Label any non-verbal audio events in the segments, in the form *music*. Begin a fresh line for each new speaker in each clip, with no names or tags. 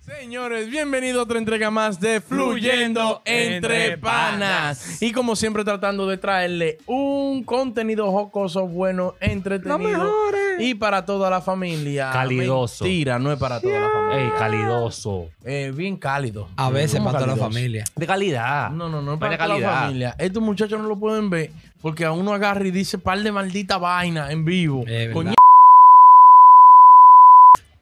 Señores, bienvenidos a otra entrega más de Fluyendo entre Panas. Y como siempre tratando de traerle un contenido jocoso, bueno, entretenido. Y para toda la familia.
Calidoso.
Mentira, no es para toda la familia.
Ey, calidoso.
Eh, bien cálido.
A veces
¿Cómo
para toda la
calidoso?
familia.
De calidad.
No, no, no es
Vaya
para toda la familia. Estos muchachos no lo pueden ver porque a uno agarra y dice par de maldita vaina en vivo.
Es verdad.
Coño,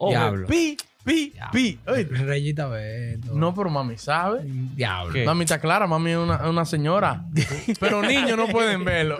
Oh,
Diablo.
pi, pi, pi. Oye,
Rayita Beto.
No, pero mami, ¿sabes?
Diablo.
¿Qué?
Mami está clara, mami es una, una *laughs* señora. Pero niños no pueden *laughs* verlo.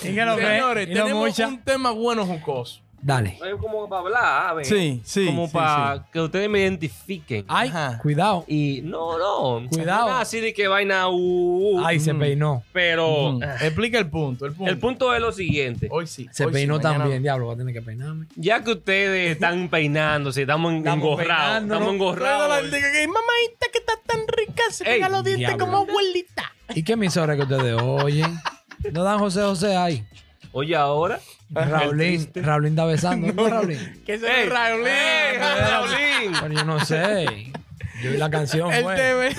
Señores, tenemos un tema bueno, Jucoso.
Dale.
Es como para hablar, a ver.
sí.
como para que ustedes me identifiquen.
Ay,
Ajá.
cuidado.
Y no, no.
Ah. Cuidado.
No es así de que vaina. uh, uh,
Ay, se
Mm.
peinó.
pero ah,
Explica el punto, el punto.
el punto es lo siguiente.
Hoy sí.
Se
hoy sí,
peinó
mañana-
también. Diablo, voy a tener que peinarme.
Ya que ustedes están peinándose, estamos en-
Estamos
engorrados.
peinándonos.
Estamos
Claro, la
engorrados.
gente que, Mamaita que está tan rica, se
Ey,
pega los dientes
diablo.
como abuelita. *laughs*
¿Y qué emisora que ustedes oyen? No dan José José ahí.
Oye, ahora.
Ah,
Raulín. Raulín está besando. ¿No, Raulín?
Que se
Ey,
Raulín. ah,
ey, Raulín.
Pero yo no sé. Yo vi la canción. pues.
El
fue.
TV.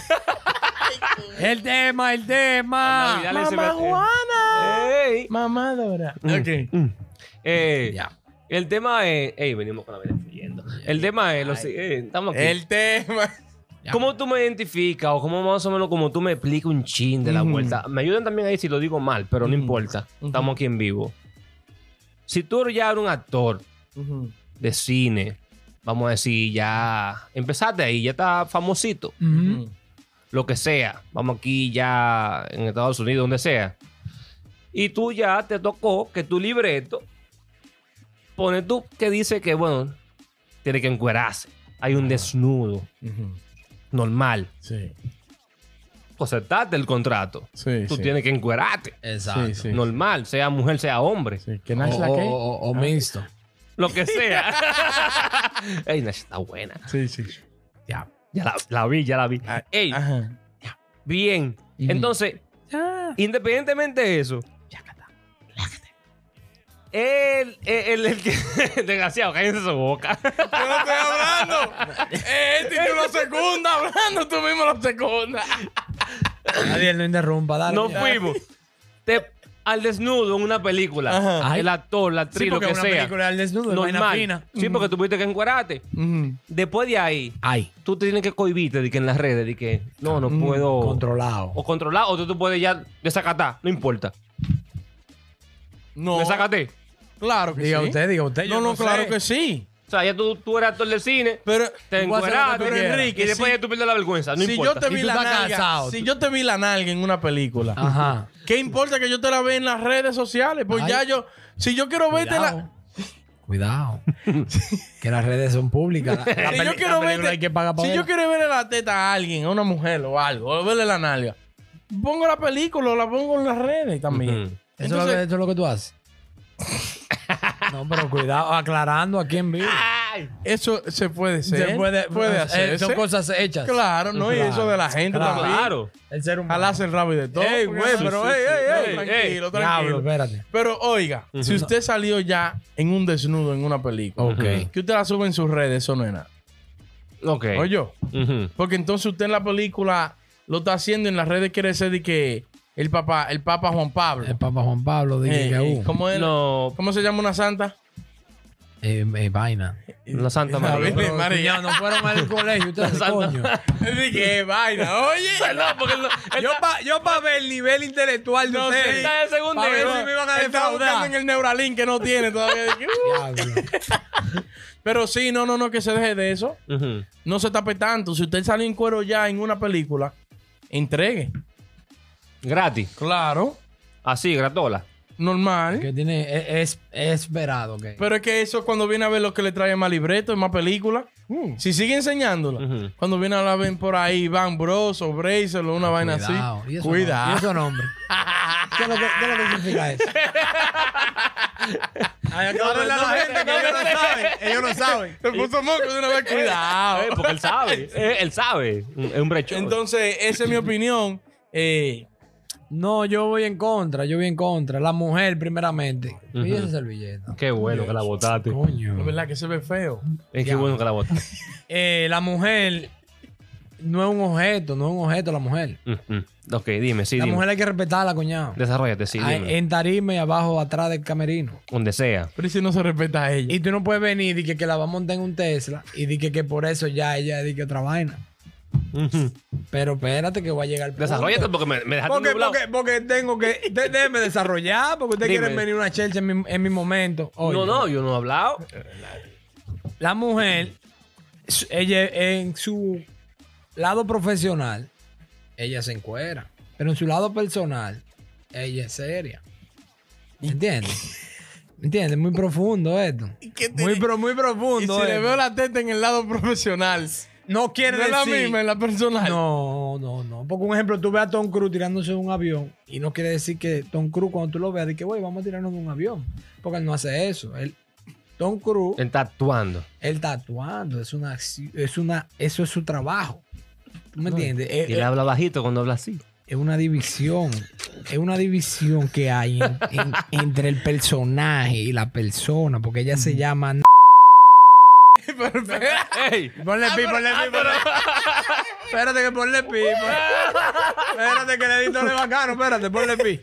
El tema, el tema.
Navidad le se
Mamá
me-
Juana.
Ey.
Mamá Dora. Ok.
Eh,
Ya.
El tema es. Ey, venimos con la vida fluyendo. El tema es. Lo, si- eh, estamos aquí.
El tema.
Ya.
¿Cómo tú me identificas o cómo más o menos como tú me explicas un chin de la
Ujú.
vuelta? Me ayudan también ahí si lo digo mal, pero no
Ujú.
importa.
Ujú.
Estamos aquí en vivo. Si tú ya eres un actor
Ujú.
de cine, vamos a decir, ya empezaste ahí, ya estás famosito,
Ujú.
lo que sea. Vamos aquí ya en Estados Unidos, donde sea. Y tú ya te tocó que tu libreto pone tú que dice que, bueno, tiene que encuerarse. Hay
Ah.
un desnudo
Ujú.
normal.
Sí.
aceptaste el contrato.
Sí,
Tú
sí.
tienes que encuerarte.
Exacto.
Sí, sí.
Normal, sea mujer, sea hombre.
Sí, que
O,
Nash la Ah.
o-
que.
o- o mixto.
Lo
*laughs*
que sea. Ey, Nash está buena.
oh.
Sí, sí.
Ya.
Ya la, la vi, ya la vi.
Ah,
Ey,
Ajá.
bien.
Ujú.
Entonces, independientemente de eso. El, el, el, el que. *laughs* Desgraciado, cállense su boca.
Yo no estoy hablando. Eh, este tú lo secunda hablando, tú mismo lo secunda.
Nadie lo interrumpa. Dale.
No
Ya.
fuimos. Te- al desnudo en una película.
Ajá.
Ay.
El actor, la actriz, lo que sea.
al desnudo es vaina
normal. Sí, porque tuviste que encuerarte. Después de ahí,
Ay,
tú tienes que cohibirte de que en las redes, de que no, no
Mm,
puedo.
controlado.
Oh.
O controlar, o tú, tú puedes ya desacatar, no importa.
No.
Desacaté.
Claro que
Diga
sí.
usted, diga usted. yo
No, no, claro
sé.
que sí.
O sea, ya tú, tú eras actor de cine,
Pero
te
Tú vas a hacer lo que
encueraste,
tú quieras. Enrique,
y después
si-
ya tú pierdes la vergüenza, no
si
importa.
yo te
Y
vi
tú Ah.
la
estás
nalga,
cansado.
si yo te vi la nalga en una película,
Ajá.
¿qué importa que yo te la vea en las redes sociales? Pues
Ay.
ya yo, si yo quiero verte la,
Cuidado. Cuidado. que las redes son públicas. La- la
si
peli-
yo
la
quiero
película
verte-
hay que pagar para
si yo
verla.
quiero verle la teta a alguien, a una mujer o algo, o verle la nalga, pongo la película o la pongo en las redes también.
Ujú.
Eso, es lo que, eso es lo que
*laughs*
tú haces. no, pero cuidado, aclarando aquí en vivo.
Ay,
Eso Ah, se puede ser.
eh,
hacerse.
Son cosas hechas.
Claro, no, y
Claro.
eso de la gente
Claro.
también.
claro.
El ser humano.
Jalarse el rabo y de todo.
Ey,
porque
güey,
no-
pero
sí,
ey,
sí,
ey,
no,
ey,
tranquilo,
Diablo,
tranquilo.
espérate.
Pero oiga, si usted salió ya en un desnudo en una película,
Ok.
que usted la sube en sus redes, eso no es nada.
Ok.
Oye,
Ujú.
porque entonces usted en la película lo está haciendo en las redes quiere ser de que el papá, el papa Juan Pablo.
El Papa Juan Pablo dije
Eh,
que
eh,
uh,
¿cómo, es?
No,
¿Cómo se llama una santa?
eh, eh, vaina.
la
La
Santa María.
Virgen
Pero,
María.
cuñado, no
*laughs*
fueron al colegio. Ustedes,
La santa-
coño.
Dije, qué vaina, oye. *laughs*
No, porque él no- él
Yo para ver el nivel intelectual de
él está de
Pa' ver
segundero.
si me iban a
Estaba buscando
defraudar.
en el Neuralink que no tiene todavía. Dije, uh.
Diablo.
Pero sí, no, no, no, que se deje de eso.
Ujú.
No se tape tanto. Si usted salió en cuero ya en una película, entregue.
Gratis.
Claro.
Así, gratola.
Normal.
que tiene es, es esperado que
¿Eh? Pero es que eso cuando viene a ver lo que le trae más libreto y más película. Si sigue enseñándola,
Ujú.
cuando viene a la ven por ahí, Van Bros o Brazel o una vaina
Ah, Cuidado.
así.
¿Y eso
Cuidado.
no- y eso nombre *laughs* ¿Qué es lo que, qué es lo que significa eso?
aclárale a la gente que ellos no
saben. Ellos no saben.
Se puso moco de una vez,
Eh,
cuidado.
porque
*laughs*
él sabe. Eh, él sabe. Es un brechón.
Entonces, esa es mi opinión. Eh,
No, yo voy en contra, yo voy en contra. La mujer, primeramente.
Ujú.
Y esa servilleta.
Qué bueno que la votaste.
Coño.
Es verdad que se ve feo.
Es que
Ya.
bueno que la votaste.
Eh, la mujer no es un objeto, no es un objeto la mujer.
Mm, mm. ok, dime, sí,
la
dime.
mujer hay que respetarla, coñado.
Desarrollate, sí,
Ay,
dime.
en tarima y abajo, atrás del camerino.
Donde sea.
Pero ¿y si no se respeta a ella.
Y tú no puedes venir y que, que la va a montar en un Tesla y di que, que por eso ya ella di que otra vaina.
Ujú.
Pero espérate que va a llegar el punto.
Desarrollate porque me, me dejaste
Porque,
nublado.
porque, porque tengo que... de- déjeme desarrollar porque ustedes
Dime.
quieren venir una chelcha en mi, en mi momento. Oye,
No, no, yo no he hablado.
La mujer, su- ella en su lado profesional, ella se encuera. Pero en su lado personal, ella es seria. ¿Entiendes? ¿Entiendes? Muy profundo esto.
qué te-
Muy, pro- muy profundo.
Y si le
esto.
veo la teta en el lado profesional.
No eh. quiere
No es la
decir...
misma en la personal. *laughs*
No, no, no. Porque un ejemplo, tú ves a Tom Cruise tirándose de un avión y no quiere decir que Tom Cruise cuando tú lo veas, dice que, güey, vamos a tirarnos de un avión. Porque él no hace eso. Él, Tom Cruise,
Él está actuando.
él está actuando. Es una, acci- es una, eso es su trabajo. ¿Tú me entiendes? Es,
Y él habla bajito cuando habla así.
es una división. Es una división que hay en- en- entre el personaje y la persona. Porque ella se llama... n-
Perfecto.
¡Ey!
Ponle pi, ponle
ah,
pi, ponle Espérate que ponle pi. pon- Espérate que el editor es bacano. Espérate, ponle pi.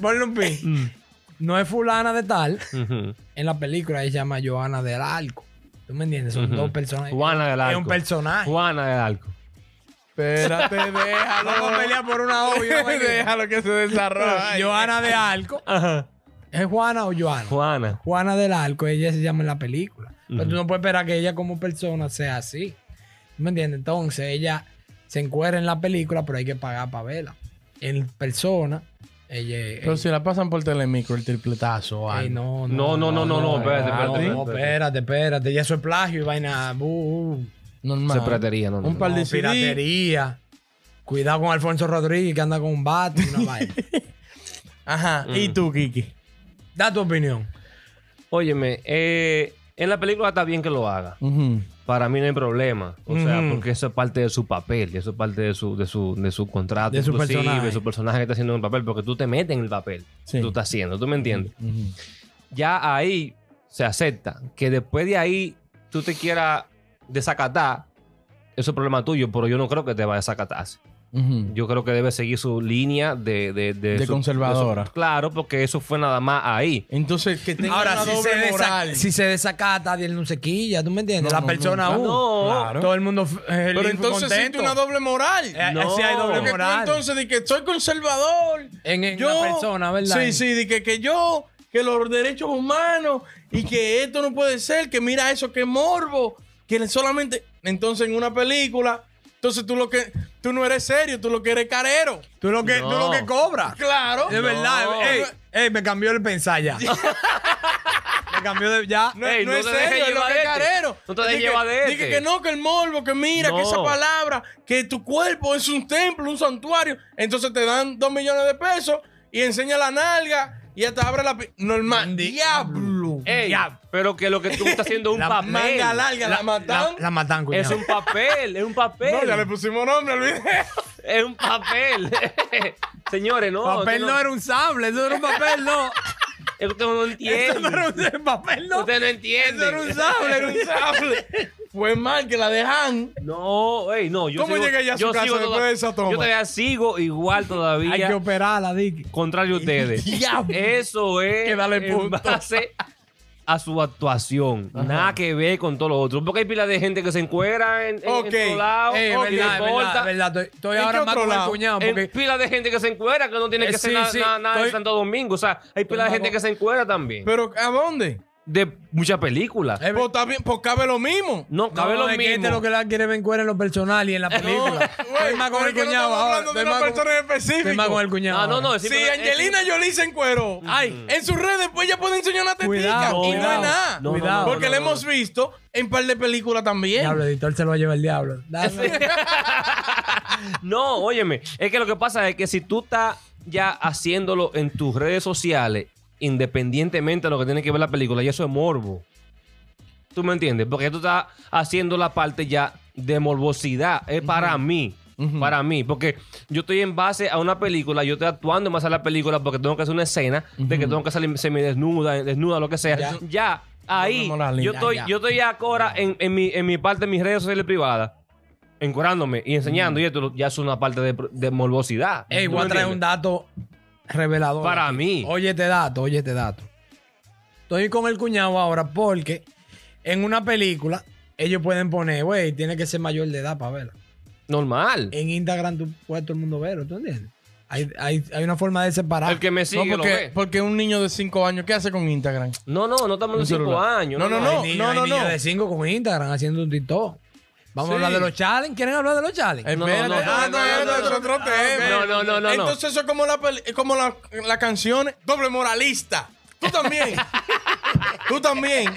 Ponle un pi.
Mm.
No es fulana de tal. En la película ella se llama Joana del Arco. ¿Tú me entiendes? Son
Ujú.
dos personajes.
Juana del Arco.
Es un personaje.
Juana del Arco.
*laughs*
Espérate, déjalo.
Vamos a pelear
*laughs*
por una obvia.
*laughs*
güey.
déjalo que se desarrolle.
Joana de Arco.
Ajá.
¿Es Juana o Joana?
Juana.
Juana del Arco, ella se llama en la película. Pero
Ujú.
tú no puedes esperar que ella como persona sea así. ¿Tú ¿Me entiendes? Entonces ella se encuentra en la película, pero hay que pagar para verla. En persona, ella...
Pero
ella-
si la pasan por telemicro, el tripletazo o
Ey,
algo.
no,
No, no, no, no, no,
no,
espérate,
no,
espérate, espérate.
espérate, espérate. Ya eso es plagio y vaina. bu, bu.
Normal.
Se pratería, no, no.
Un
no.
par de
No,
CD.
piratería. Cuidado con Alfonso Rodríguez que anda con un bate y
*laughs*
una vaina.
Ajá.
Mm.
¿Y tú, Kiki?
Da tu opinión.
Óyeme, eh, en la película está bien que lo haga.
Ujú.
Para mí no hay problema. O sea,
Ujú.
porque eso es parte de su papel, y eso es parte de su, de su, de su contrato,
De su
inclusive,
personaje.
de su personaje que está haciendo en el papel, porque tú te metes en el papel.
Sí.
que Tú estás haciendo, ¿tú me entiendes?
Ujú.
Ya ahí se acepta que después de ahí tú te quieras desacatar, eso es problema tuyo, pero yo no creo que te va a desacatarse.
Ujú.
Yo creo que debe seguir su línea de... De,
De
su-
conservadora.
su- claro, porque eso fue nada más ahí.
Entonces, que tenga
Ahora,
una
si se,
doble
desac-
moral.
si se desacata, Diel no se quilla, ¿tú me entiendes?
No,
la
no,
persona
nunca.
aún.
No.
Claro.
Todo el mundo. f- feliz,
Pero entonces siente
contento.
una doble moral.
Eh, eh,
No.
sí hay doble
Porque tú
moral.
entonces de que soy conservador.
En- en la persona, ¿verdad?
Sí, sí, de que, que yo, que los derechos humanos y que esto no puede ser, que mira eso, que morbo, que solamente. Entonces en una película, entonces tú lo que, tú no eres serio, tú lo que eres carero.
tú lo que, tú
No.
lo que cobras.
Claro.
De verdad.
No.
Ey, ey, me cambió el
*laughs*
pensar ya. me cambió de. Ya.
No,
Ey,
no
no
es
te dejes
serio, es lo
llevar
que
de
es
este.
carero.
No te dejes
Dije-
llevar de
Dije
este.
que no, que el morbo, que mira, que
No.
esa palabra, que tu cuerpo es un templo, un santuario. Entonces te dan dos millones de pesos y enseña la nalga y hasta abre la... pi- Normal. Diablo.
Ey,
Ya.
pero que lo que tú estás haciendo es un
La
papel.
Manga larga, la, matan.
La, la matan,
Es
cuñado.
un papel, es un papel.
No, ya le pusimos nombre al video. *laughs*
Es un papel. *laughs* Señores, no.
papel
usted
no, era un sable, eso era un papel,
*laughs*
no. *laughs*
es que Ustedes no
eso no
entienden.
era un papel, no.
Ustedes no
Eso
entienden.
era un sable, era un
Un sable. Fue mal que la dejan.
No, ey, no. Yo
¿Cómo
sigo-
llegué ya a su
yo
casa
sigo
después
toda-
de esa toma?
Yo todavía sigo igual
Hay que
todavía.
operarla, Dick.
contrario a ustedes.
Diablo.
Eso es
Que dale
en
punto.
base a su actuación. Nada que ver con todo lo otro. Porque hay pila de gente que se encuera en, en, en
Ok.
todos lados.
Ey,
y
ok,
Eh, verdad,
le importa.
verdad, verdad. Estoy, estoy
¿En qué
ahora más
otro
con el
lado?
cuñado
Hay
porque
pila de gente que se encuera, que no tiene
Eh,
que ser
sí,
nada,
sí,
nada- nada
estoy-
en Santo Domingo. O sea, hay pila de gente que se encuera también.
Pero ¿a dónde?
de muchas películas.
Eh,
Pues, está bien, pues cabe lo mismo.
No,
No,
cabe lo
es que
mismo.
este lo que la quiere ver en lo personal
*laughs*
y en la película.
Güey,
estoy más con
pero
el
que no
cuñado
estamos
ahora.
hablando de
Estoy
una
más con-
persona en específico.
estoy más con el cuñado.
Ah, no, no,
ahora.
sí,
Si
pero- Mm.
Angelina Jolie se encueró, ay, en sus redes, pues ella puede enseñar una tetica
Cuidado,
y no
cuidado.
es nada.
No, cuidado.
Porque
no,
la
no,
hemos visto en par de películas también.
Diablo, el editor se lo va a llevar el diablo. Dame.
No, óyeme. Es que lo que pasa es que si tú estás ya haciéndolo en tus redes sociales, independientemente de lo que tiene que ver la película, y eso es morbo. ¿Tú me entiendes? Porque tú estás haciendo la parte ya de morbosidad. Es para mí.
Ujú.
para mí. Porque yo estoy en base a una película, yo estoy actuando en base a la película porque tengo que hacer una escena de que tengo que salir semidesnuda, desnuda, lo que sea.
Ya.
Ya, ahí,
Volvemos a la línea.
yo estoy,
Ya, ya.
yo estoy ya ahora en, en mi, en mi parte de mis redes sociales privadas. Encurándome y enseñando, y esto ya es una parte de, de morbosidad.
Ey,
¿Tú
voy
me
a traer un
entiendes?
dato revelador.
Para mí.
Oye este dato, oye este dato. Estoy con el cuñado ahora porque en una película ellos pueden poner, güey, tiene que ser mayor de edad para verla.
Normal.
En Instagram tú puedes todo el mundo verlo, ¿tú entiendes? Hay, hay- hay una forma de separar.
El que me sigue
Ah, no,
lo
porque,
ve.
porque un niño de 5 años, ¿qué hace con Instagram?
No, no, no estamos en
Un
cinco
celular.
años.
No, no,
Hay
no.
niños- hay niños de 5 con Instagram haciendo un TikTok. Vamos a
Sí.
hablar de los challenges. ¿Quieren hablar de los challenges?
no,
Espérate.
no,
ah,
no,
no,
no,
no,
no,
es
no.
otro tema.
No, no, no, no, no.
Entonces eso es como la, peli- es como la, la canción doble moralista. Tú
*laughs*
también. Tú también.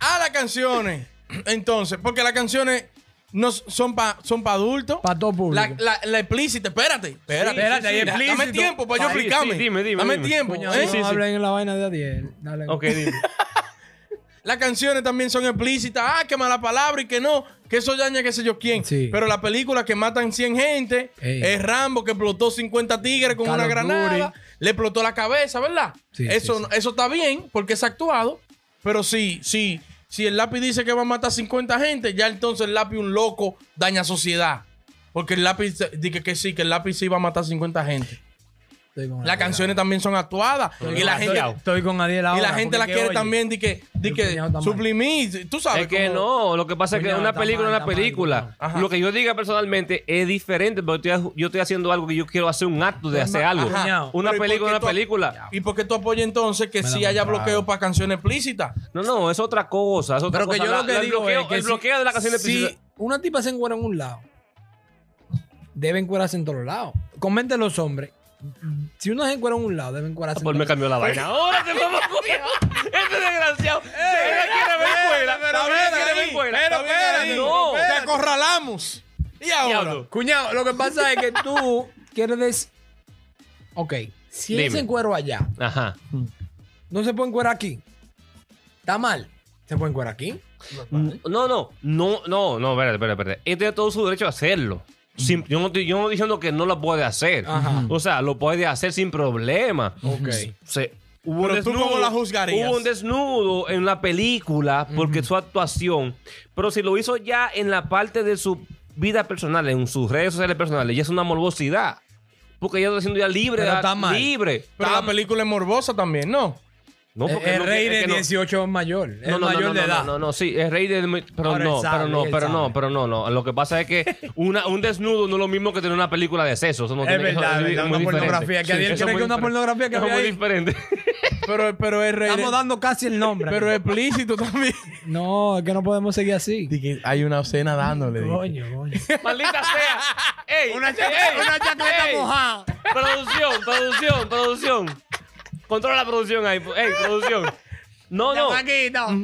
A las canciones. Entonces, porque las canciones no s- son para son pa adultos.
Pa' todo público.
La, la, la explícita, espérate. Espérate,
espérate, hay
Da- Dame
explícito.
tiempo para yo
Sí, sí,
explicarme.
dime, dime,
Dame
dime.
tiempo.
Coño,
¿eh?
no hablen en la vaina de Adiel. Dale.
*laughs*
Ok, dime.
Las canciones también son explícitas. Ah, que mala palabra y que no. Que eso daña qué sé yo quién.
Sí.
Pero la película que matan 100 gente
Ey.
es Rambo que explotó 50 tigres con
Call
una
of
granada.
Duty.
Le explotó la cabeza, ¿verdad?
Sí,
eso,
sí, sí.
eso está bien porque es actuado. Pero sí, sí. Si el lápiz dice que va a matar 50 gente, ya entonces el lápiz un loco daña sociedad. Porque el lápiz dice que sí, que el lápiz sí va a matar 50 gente.
Estoy con
Las
Adiel.
canciones también son actuadas. Y la gente,
actuado.
Estoy con Adiel
y
ahora.
la gente la
porque,
quiere
oye,
también de que, di
el
que
cuñado está mal.
suprimir. Tú sabes
Es que
cómo-
no, lo que pasa es que
Coño,
una
está
película es
mal,
una
está mal,
película.
coño. Ajá.
Lo que yo diga personalmente es diferente, porque estoy, yo estoy haciendo algo que yo quiero hacer un acto de hacer algo.
Pues, Ajá.
Coño.
Una
Pero ¿y por
película,
qué
una
tú-
película.
¿Y por qué tú apoyas entonces que
Me
sí
la
haya
mostraron.
bloqueo para canciones explícitas?
No, no, es otra cosa. Es otra
Pero que
cosa.
yo
La-
lo que
la-
digo
el bloqueo,
es que
el
si-
bloqueo de la canción de
Si una tipa se encuera en un lado, debe encuerarse en todos lados. Comenten los hombres. Si uno se encuera en un lado, debe encuerarse en
Pues me
todos lados.
cambió la
*laughs*
vaina. Ahora te vamos a *laughs* Este desgraciado. Se
Eh,
ve que quiere ver fuera.
Pero
Se ve que quiere ver
ahí,
fuera.
pero
Está bien
espérate,
ahí. No.
Te acorralamos. Y ahora.
Diablo.
Cuñado, lo que pasa es que tú quieres decir. Ok, si él
Dime.
se encuero allá,
Ajá.
no se puede encuerar aquí. Está mal. Se puede encuerar aquí.
No, no, no, no, no, espérate, espérate, espérate. Él tiene todo su derecho a hacerlo. Sin- yo, no estoy, yo no estoy diciendo que no lo puede hacer.
Ajá.
O sea, lo puede hacer sin problema.
Ok.
Se- hubo
Pero tú, ¿cómo la juzgarías?
Hubo un desnudo en la película porque su actuación. Pero si lo hizo ya en la parte de su vida personal, en sus redes sociales personales, ya es una morbosidad. Porque ya está siendo ya libre.
Pero
ya-
está mal.
Libre.
Pero la película es morbosa también, ¿no?
No,
el
porque
el
no-
rey
es
de
que no-
18 es mayor. Es
no, no,
mayor
no, no,
de
no,
edad.
No, no, no, sí, es rey de... Pero
Ahora
no,
él sabe,
pero no,
él
pero no,
sabe.
pero no, no. Lo que pasa es que una, un desnudo no es lo mismo que tener una película de sexo. Eso no
Es
tiene
verdad,
eso
es verdad, una
muy diferente.
pornografía, que Adiel
eso
cree
muy
que una
diferente.
pornografía que
Eso es
había
muy
ahí.
diferente.
Pero, pero es rey.
Estamos dando casi el nombre.
Pero es explícito también.
No, es que no podemos seguir
*laughs*
así.
Di que hay una cena dándole. di que-
Coño, *laughs* coño.
Maldita sea. Ey, ey, ey.
mojada.
Producción, producción, producción. Controla la producción ahí. Ey, producción. No, no.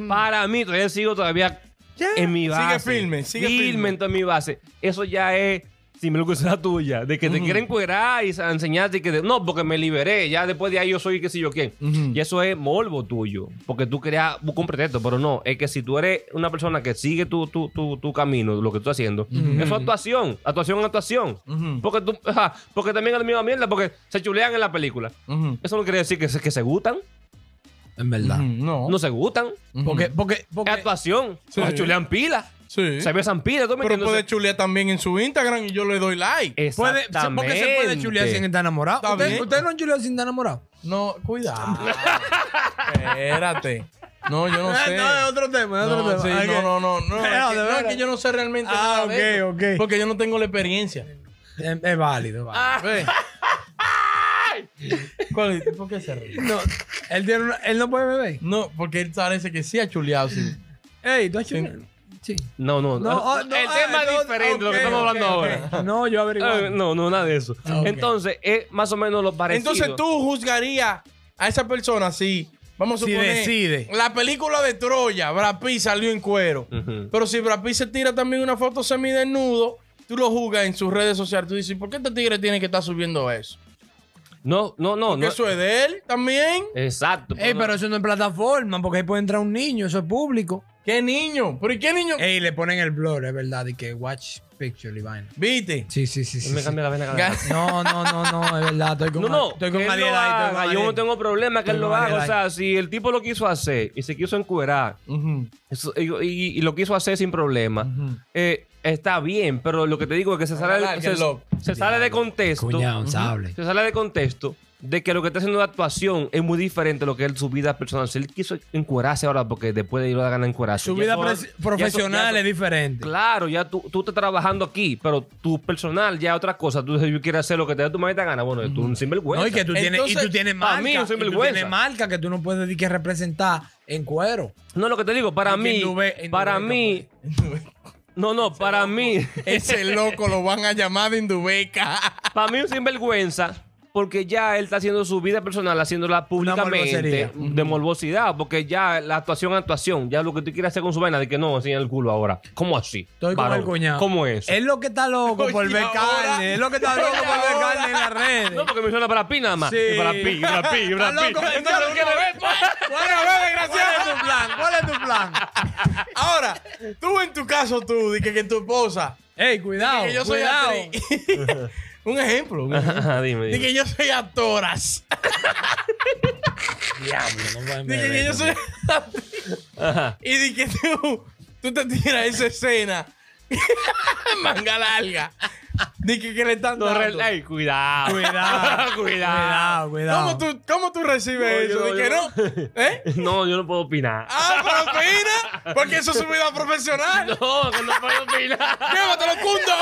Para mí, todavía sigo todavía en mi
Sigue
base.
firme, sigue firme.
firme. en toda mi base. Eso ya es sinvergüenza tuya. De que te quieren cuerar y sa- enseñarte que... te- no, porque me liberé. Ya después de ahí yo soy qué sé yo quién.
Ujú.
Y eso es morbo tuyo. Porque tú querías buscar un pretexto. Pero no, es que si tú eres una persona que sigue tu, tu, tu, tu camino, lo que tú estás haciendo, eso es actuación. Actuación, actuación.
Ujú.
Porque tú... ajá, porque también es la misma mierda. Porque se chulean en la película.
Ujú.
Eso no quiere decir que se, que se gustan.
En verdad.
Ujú, No.
No se gustan.
Porque, porque, porque.
Es actuación.
Sí.
Se chulean pilas.
Sí.
Se besan pilas. ¿tú me
Pero
entiendes?
puede chulear también en su Instagram y yo le doy like.
puede- se-
Exactamente.
porque se puede chulear sin estar enamorado.
Está
¿Ustedes
bien.
ustedes no han chuleado sin estar enamorado?
No, cuidado. Espérate. No, yo no sé.
Eh, otro tema,
No, sí, no, no, no, no,
Pero,
es que,
de
no,
verdad.
es que yo no sé realmente
Ah,
nada de
ok,
esto,
ok.
Porque yo no tengo la experiencia.
Es, es válido, es válido.
Ve. ¿Cuál- ¿Por qué se ríe?
No, él, tiene una- él no puede beber.
No, porque él parece que sí ha chuleado. sí.
Ey, ¿tú has chuleado? Sí.
No, no,
No, oh,
El
no, ah,
tema
no,
es diferente de lo que
ok,
estamos hablando
ok,
ahora.
ok. No, yo averigué.
Eh, no, no, nada de eso.
ok.
Entonces, es más o menos lo parecido.
Entonces tú juzgarías a esa persona si, vamos a
Si
suponer,
decide.
la película de Troya, Brad Pitt salió en cuero.
Ujú.
Pero si Brad Pitt se tira también una foto semidesnudo, tú lo juzgas en sus redes sociales. Tú dices, ¿por qué este tigre tiene que estar subiendo eso?
No, no, no.
Porque
no.
eso es de él también.
Exacto.
Ey,
no.
pero eso no es plataforma, porque ahí puede entrar un niño, eso es público.
¿Qué niño? ¿Pero y qué niño?
Ey, le ponen el blur, es verdad, y que watch picture y vaina.
¿Viste?
Sí, sí, sí. sí,
me
sí.
cambia la vena cada
Ga-
rato.
No, no, no, no, es verdad. Estoy con,
No, no.
estoy
que
con
él lo
Ariel ahí, estoy con
haga, Yo
Ariel.
no tengo problema que él
Estoy
lo
con
haga. O
Ariel
sea, si el tipo lo quiso hacer y se quiso encuerar
Ujú,
eso- y, y- y lo quiso hacer sin problema,
ujú.
eh, está bien, pero lo que te digo es que se sale,
Ojalá que
se,
lo-
se sale de contexto.
Cuñado, un sable.
Se sale de contexto de que lo que está haciendo de actuación es muy diferente a lo que es su vida personal. Si él quiso encuerarse ahora porque después de ir a ganar encuerarse.
Su
ya
vida
eso-
pres-
ya eso-
profesional
ya
es
eso-
diferente.
Claro, ya tú, tú estás trabajando aquí, pero tu personal ya es otra cosa. Tú dices, yo quiero hacer lo que te dé tu maldita gana. Bueno, tú un sinvergüenza.
No, y que tú tienes, y
Entonces,
tú tienes
para
marca.
mí es un
y tú
sinvergüenza.
tienes marca que tú no puedes decir que representar en cuero.
No, lo que te digo, para
Aquí
mí,
en Dubái- en
para
Dubái,
mí,
*laughs*
no, no, para mí,
Ese loco lo van a llamar de Indubeca.
para mí un sinvergüenza, porque ya él está haciendo su vida personal, haciéndola públicamente,
morbosería.
de morbosidad, porque ya la actuación, actuación, ya lo que tú quieres hacer con su vaina, de que no, enseña el culo ahora. ¿Cómo así?
Estoy con
varón?
el cuñado.
¿Cómo es?
Es lo que está
*laughs*
loco
Oye,
por ver
ahora-
carne. Es lo que está loco por ver
ahora-
carne en las redes.
No, porque me suena para pi nada más.
Sí.
Para pi, para pi,
Está
para pi.
loco,
Entonces,
está loco.
¿qué me ves?
Bueno, ve, desgraciado.
¿Cuál es tu plan? ¿Cuál es tu plan?
Ahora, tú en tu caso, tú, di que, que tu esposa,
Ey, cuidado.
que yo soy
cuidado.
actriz. *laughs* un ejemplo. un ejemplo.
*laughs* Ajá, dime,
Di
dime.
que yo soy actoras. Di que, que yo soy *laughs*
Ajá.
Y di que tú, tú te tiras esa escena. *laughs* Manga larga. Di que, que le están
No,
dando.
re- Ay, cuidado.
Cuidado.
*laughs*
Cuidado,
cuidado.
cuidado.
¿Cómo tú, ¿Cómo tú recibes
No,
eso?
yo-
Di que
yo-
no. ¿Eh?
No, yo no puedo opinar.
Ah, pero opina. Porque eso es su vida profesional.
*laughs* No, que no puedo opinar.
¡Llévatelo, cundo!